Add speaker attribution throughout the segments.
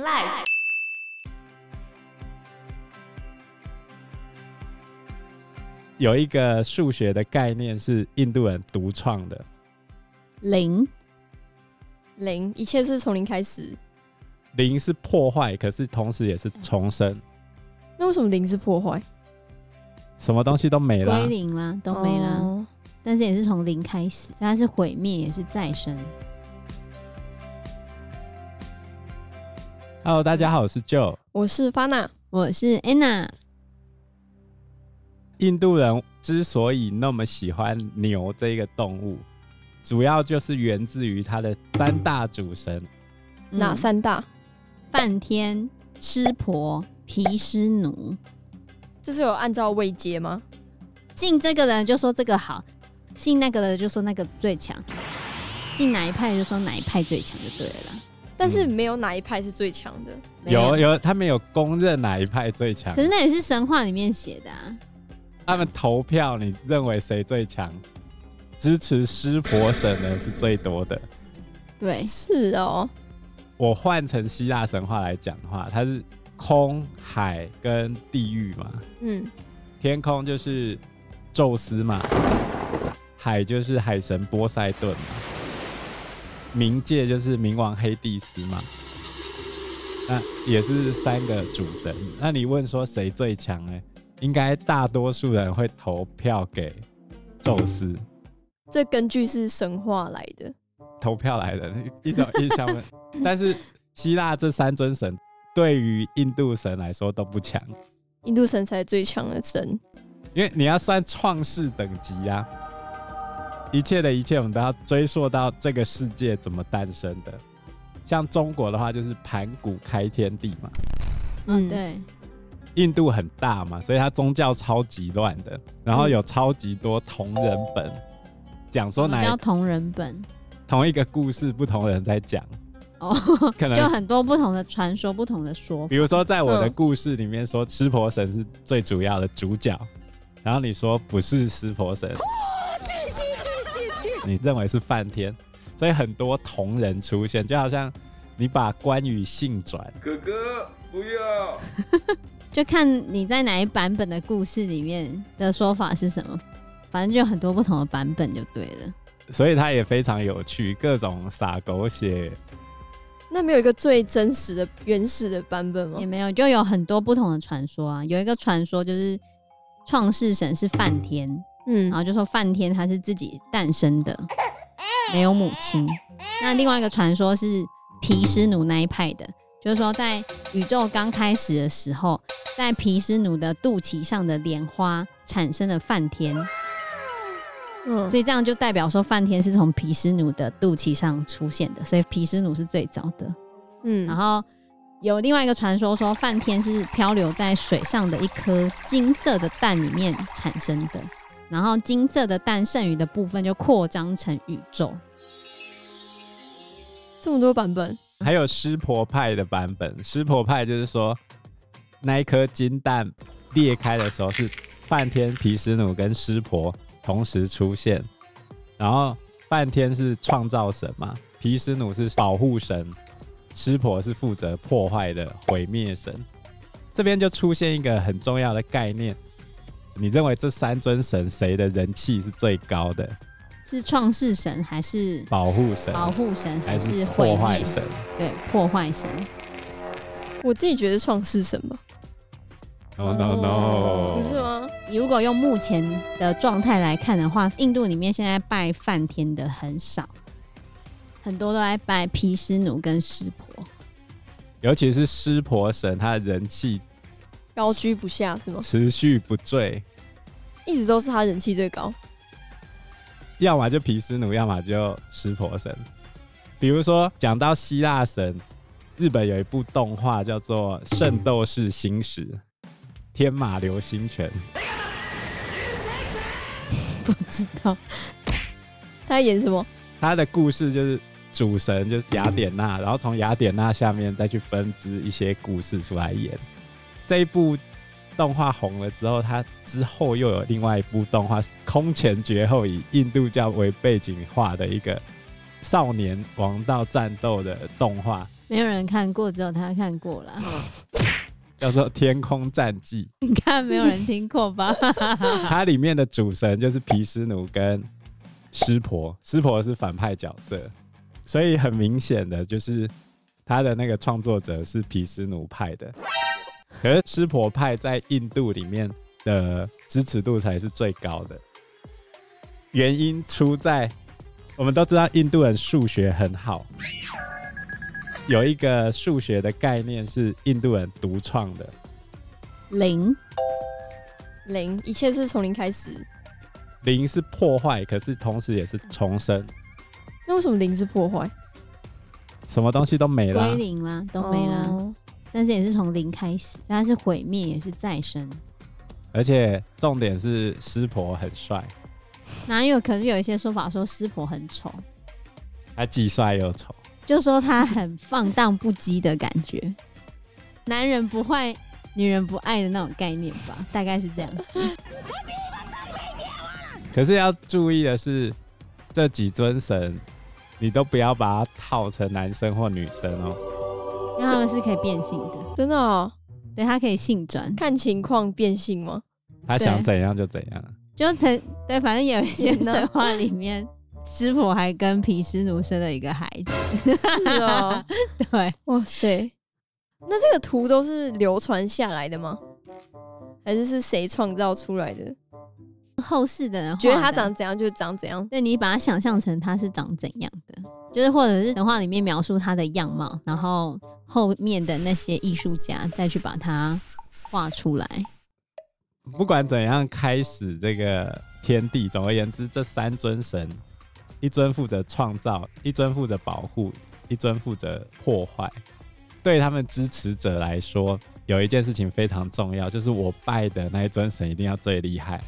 Speaker 1: Life。
Speaker 2: 有一个数学的概念是印度人独创的，
Speaker 3: 零
Speaker 1: 零，一切是从零开始。
Speaker 2: 零是破坏，可是同时也是重生，
Speaker 1: 那为什么零是破坏？
Speaker 2: 什么东西都没了啊
Speaker 3: 归。零啦，都没啦。
Speaker 1: 哦
Speaker 3: 但是也是从零开始，所以它是毁灭，也是再生。
Speaker 2: Hello，大家好，我是 Joe。
Speaker 1: 我是 Fana，
Speaker 3: 我是 Anna，嗯
Speaker 2: 印度人之所以那么喜欢牛这个动物，主要就是源自于它的三大主神。
Speaker 3: 嗯
Speaker 1: 哪三大？
Speaker 3: 梵天、湿婆、毗湿奴。
Speaker 1: 这是有按照位阶吗？
Speaker 3: 信这个的就说这个好，信那个的就说那个最强，信哪一派就说哪一派最强就对了啦。
Speaker 1: 但是没有哪一派是最强的。
Speaker 3: 没
Speaker 2: 有有，他们有公认哪一派最强
Speaker 3: 可？是那也是神话里面写的啊。
Speaker 2: 他们投票，你认为谁最强？支持湿婆神的是最多的。
Speaker 3: 对，
Speaker 1: 是哦，
Speaker 2: 我换成希腊神话来讲的话，它是空、海跟地狱嘛。
Speaker 1: 嗯，
Speaker 2: 天空就是宙斯嘛，海就是海神波塞顿嘛，冥界就是冥王黑帝斯嘛。那也是三个主神。那你问说谁最强呢？应该大多数人会投票给宙斯，
Speaker 1: 这根据是神话来的。
Speaker 2: 投票来的 一种印象问。 但是希腊这三尊神对于印度神来说都不强，
Speaker 1: 印度神才是最强的神，
Speaker 2: 因为你要算创世等级啊，一切的一切我们都要追溯到这个世界怎么诞生的。像中国的话，就是盘古开天地嘛。
Speaker 1: 嗯，
Speaker 3: 对，
Speaker 2: 印度很大嘛，所以它宗教超级乱的，然后有超级多同人本，讲说
Speaker 3: 我们
Speaker 2: 哪
Speaker 3: 叫同人本
Speaker 2: 同一个故事不同人在讲，
Speaker 3: 哦，
Speaker 2: 可能
Speaker 3: 就很多不同的传说，不同的说法。
Speaker 2: 比如说，在我的
Speaker 1: 嗯
Speaker 2: 故事里面说，湿婆神是最主要的主角，然后你说不是湿婆神，你认为是梵天，所以很多同人出现，就好像你把关羽性转，
Speaker 4: 哥哥，不要。
Speaker 3: 就看你在哪一版本的故事里面的说法是什么，反正就有很多不同的版本就对了。
Speaker 2: 所以他也非常有趣，各种撒狗血，
Speaker 1: 那没有一个最真实的、原始的版本吗
Speaker 3: 也？没有，就有很多不同的传说啊。有一个传说就是创世神是梵天，
Speaker 1: 嗯
Speaker 3: 然，后就说梵天他是自己诞生的，没有母亲。那另外一个传说是毗湿奴那一派的，就是说在宇宙刚开始的时候，在毗湿奴的肚脐上的莲花产生了梵天，
Speaker 1: 嗯，
Speaker 3: 所以这样就代表说梵天是从毗湿奴的肚脐上出现的，所以毗湿奴是最早的。
Speaker 1: 嗯，
Speaker 3: 然后有另外一个传说说，梵天是漂流在水上的一颗金色的蛋里面产生的，然后金色的蛋剩余的部分就扩张成宇宙。
Speaker 1: 这么多版本，
Speaker 2: 还有湿婆派的版本。湿婆派就是说，那一颗金蛋裂开的时候是梵天、毗湿奴跟湿婆同时出现，然后梵天是创造神嘛，毗湿奴是保护神，湿婆是负责破坏的毁灭神。这边就出现一个很重要的概念，你认为这三尊神谁的人气是最高的？
Speaker 3: 是创世神还是
Speaker 2: 保护神
Speaker 3: 保护神
Speaker 2: 还
Speaker 3: 还
Speaker 2: 是
Speaker 3: 是
Speaker 2: 破
Speaker 3: 毁
Speaker 2: 坏
Speaker 3: 灭？
Speaker 2: 神？
Speaker 3: 对，破坏神。
Speaker 1: 我自己觉得创世神吧，
Speaker 2: No no no，、
Speaker 3: 哦
Speaker 1: 不是吗？
Speaker 3: 你如果用目前的状态来看的话，印度里面现在拜梵天的很少，很多都在拜毗湿奴跟湿婆。
Speaker 2: 尤其是湿婆神，他的人气
Speaker 1: 高居不下是吗？
Speaker 2: 持续不坠，
Speaker 1: 一直都是他人气最高。
Speaker 2: 要么就毗湿奴，要么就湿婆神。比如说讲到希腊神，日本有一部动画叫做《圣斗士星矢》，天马流星拳，
Speaker 3: 不知道，
Speaker 1: 他在演什么？
Speaker 2: 它的故事就是主神就是雅典娜，然后从雅典娜下面再去分支一些故事出来演。这一部动画红了之后，它之后又有另外一部动画《空前绝后》，以印度教为背景画的一个少年王道战斗的动画，
Speaker 3: 没有人看过，只有他看过了。
Speaker 2: 叫做《天空战记
Speaker 3: 你看，没有人听过吧？》，
Speaker 2: 它里面的主神就是毗湿奴跟湿婆，湿婆是反派角色，所以很明显的就是他的那个创作者是毗湿奴派的，可是湿婆派在印度里面的支持度才是最高的，原因出在我们都知道印度人数学很好。有一个数学的概念是印度人独创的，
Speaker 3: 零
Speaker 1: 零，一切是从零开始。
Speaker 2: 零是破坏，可是同时也是重生，
Speaker 1: 那为什么零是破坏？
Speaker 2: 什么东西都没了啊
Speaker 3: 归。零啦，都没啦。
Speaker 1: 哦
Speaker 3: 但是也是从零开始，所以它是毁灭，也是再生。
Speaker 2: 而且重点是湿婆很帅，
Speaker 3: 哪有？可是有一些说法说湿婆很丑，
Speaker 2: 他既帅又丑。
Speaker 3: 就说他很放荡不羁的感觉，男人不坏，女人不爱的那种概念吧，大概是这样子。
Speaker 2: 可是要注意的是，这几尊神你都不要把它套成男生或女生哦。
Speaker 3: 因为他们是可以变性的，
Speaker 1: 真的哦，
Speaker 3: 对，他可以性转，
Speaker 1: 看情况变性吗？
Speaker 2: 他
Speaker 3: 对
Speaker 2: 想怎样就怎样。
Speaker 3: 就曾对，反正有一些
Speaker 1: 天哪
Speaker 3: 神话里面，湿婆还跟毗湿奴生了一个孩子，
Speaker 1: 是哦，
Speaker 3: 对，
Speaker 1: 哇塞！那这个图都是流传下来的吗？还是是谁创造出来的？
Speaker 3: 后世的人画的
Speaker 1: 觉得他长怎样就长怎样。
Speaker 3: 对你把它想象成它是长怎样的，就是或者是神话里面描述它的样貌，然后后面的那些艺术家再去把它画出来。
Speaker 2: 不管怎样，开始这个天地。总而言之，这三尊神，一尊负责创造，一尊负责保护，一尊负责破坏。对他们支持者来说，有一件事情非常重要，就是我拜的那一尊神一定要最厉害。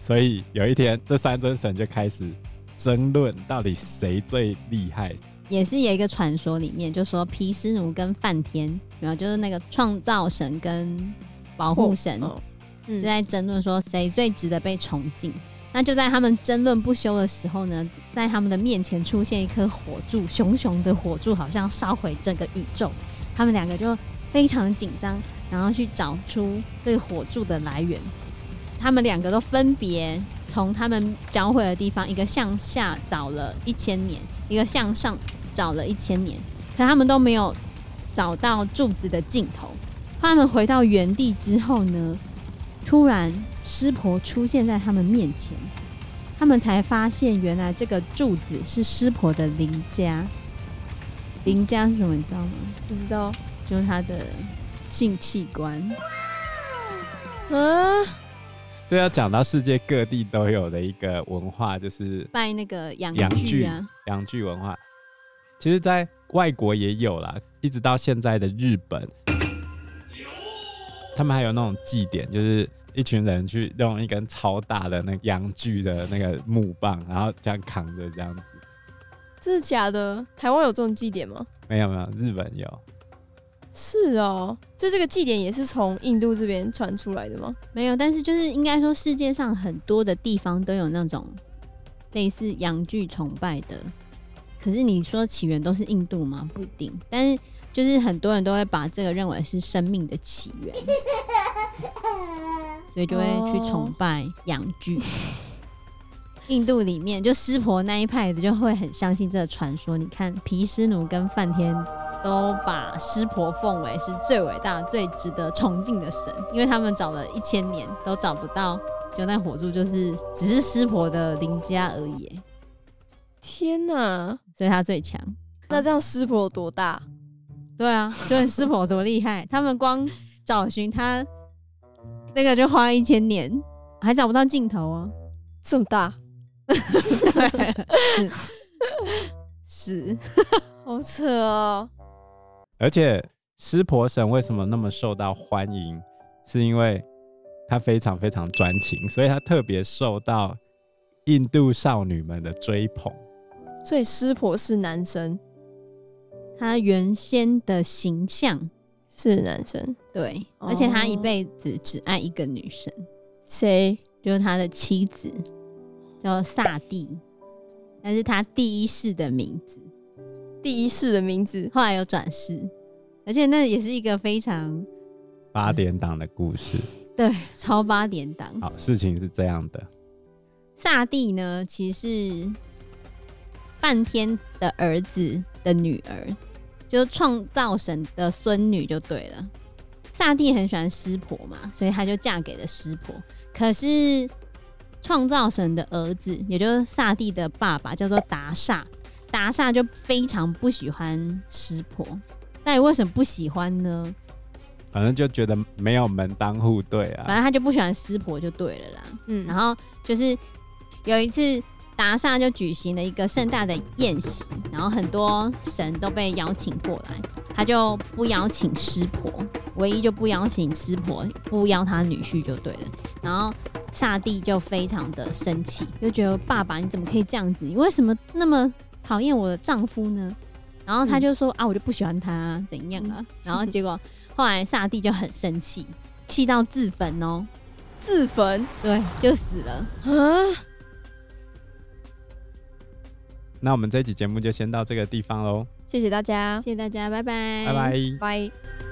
Speaker 2: 所以有一天，这三尊神就开始争论，到底谁最厉害。
Speaker 3: 也是有一个传说里面就说毗湿奴跟梵天，没有就是那个创造神跟保护神，
Speaker 1: 哦
Speaker 3: 就
Speaker 1: 嗯，
Speaker 3: 在争论说谁最值得被崇敬。那就在他们争论不休的时候呢，在他们的面前出现一颗火柱，熊熊的火柱好像烧毁整个宇宙。他们两个就非常紧张，然后去找出这个火柱的来源。他们两个都分别从他们交汇的地方，一个向下找了一千年，一个向上找了一千年，可他们都没有找到柱子的尽头。他们回到原地之后呢，突然，湿婆出现在他们面前，他们才发现原来这个柱子是湿婆的邻家。邻家是什么？你知道吗？
Speaker 1: 不知道
Speaker 3: 就是他的性器官。
Speaker 1: 啊，
Speaker 2: 这要讲到世界各地都有的一个文化，就是
Speaker 3: 拜那个洋
Speaker 2: 洋
Speaker 3: 具啊，
Speaker 2: 洋剧文化，其实在外国也有啦，一直到现在的日本，他们还有那种祭典，就是一群人去用一根超大的那个洋剧的那个木棒，然后这样扛着这样子。
Speaker 1: 这是假的？台湾有这种祭典吗？
Speaker 2: 没有没有，日本有，
Speaker 1: 是哦，所以这个祭典也是从印度这边传出来的吗？
Speaker 3: 没有，但是就是应该说世界上很多的地方都有那种类似洋剧崇拜的。可是你说起源都是印度吗？不一定，但是就是很多人都会把这个认为是生命的起源，所以就会去崇拜洋剧。印度里面就湿婆那一派的就会很相信这个传说。你看，毗湿奴跟梵天都把湿婆奉为是最伟大、最值得崇敬的神，因为他们找了一千年都找不到，就那火柱就是只是湿婆的邻家而已耶，
Speaker 1: 天哪，
Speaker 3: 所以他最强。
Speaker 1: 那这样湿婆有多大？
Speaker 3: 对啊，就是湿婆多厉害，他们光找寻他那个就花了一千年，还找不到尽头哦。
Speaker 1: 这么大，
Speaker 3: 是，
Speaker 1: 好扯哦。
Speaker 2: 而且湿婆神为什么那么受到欢迎，是因为他非常非常专情，所以他特别受到印度少女们的追捧。
Speaker 1: 所以湿婆是男生，
Speaker 3: 他原先的形象
Speaker 1: 是男生，
Speaker 3: 对，
Speaker 1: 哦
Speaker 3: 而且他一辈子只爱一个女生，
Speaker 1: 谁？
Speaker 3: 就是他的妻子叫萨蒂，那是他第一世的名字。
Speaker 1: 第一世的名字，
Speaker 3: 后来有转世，而且那也是一个非常
Speaker 2: 八点档的故事。
Speaker 3: 对超八点档。
Speaker 2: 好，事情是这样的，
Speaker 3: 萨蒂呢，其实是半天的儿子的女儿，就是创造神的孙女就对了。萨蒂很喜欢湿婆嘛，所以她就嫁给了湿婆。可是创造神的儿子，也就是萨蒂的爸爸，叫做达萨，达萨就非常不喜欢湿婆。那你为什么不喜欢呢？
Speaker 2: 反正就觉得没有门当户对
Speaker 3: 反
Speaker 2: 啊。
Speaker 3: 正他就不喜欢湿婆就对了啦。
Speaker 1: 嗯，
Speaker 3: 然后就是有一次，达萨就举行了一个盛大的宴席，然后很多神都被邀请过来，他就不邀请湿婆，唯一就不邀请湿婆，不邀他女婿就对了。然后萨蒂就非常的生气，就觉得爸爸你怎么可以这样子？你为什么那么讨厌我的丈夫呢？然后他就说、啊，我就不喜欢他、怎样啊？然后结果后来萨蒂就很生气，气到自焚哦，
Speaker 1: 自焚
Speaker 3: 对，就死了。
Speaker 1: 啊，
Speaker 2: 那我们这一期节目就先到这个地方喽，
Speaker 1: 谢谢大家，哎
Speaker 3: 谢谢大家，拜拜，
Speaker 2: 拜拜。
Speaker 1: 拜。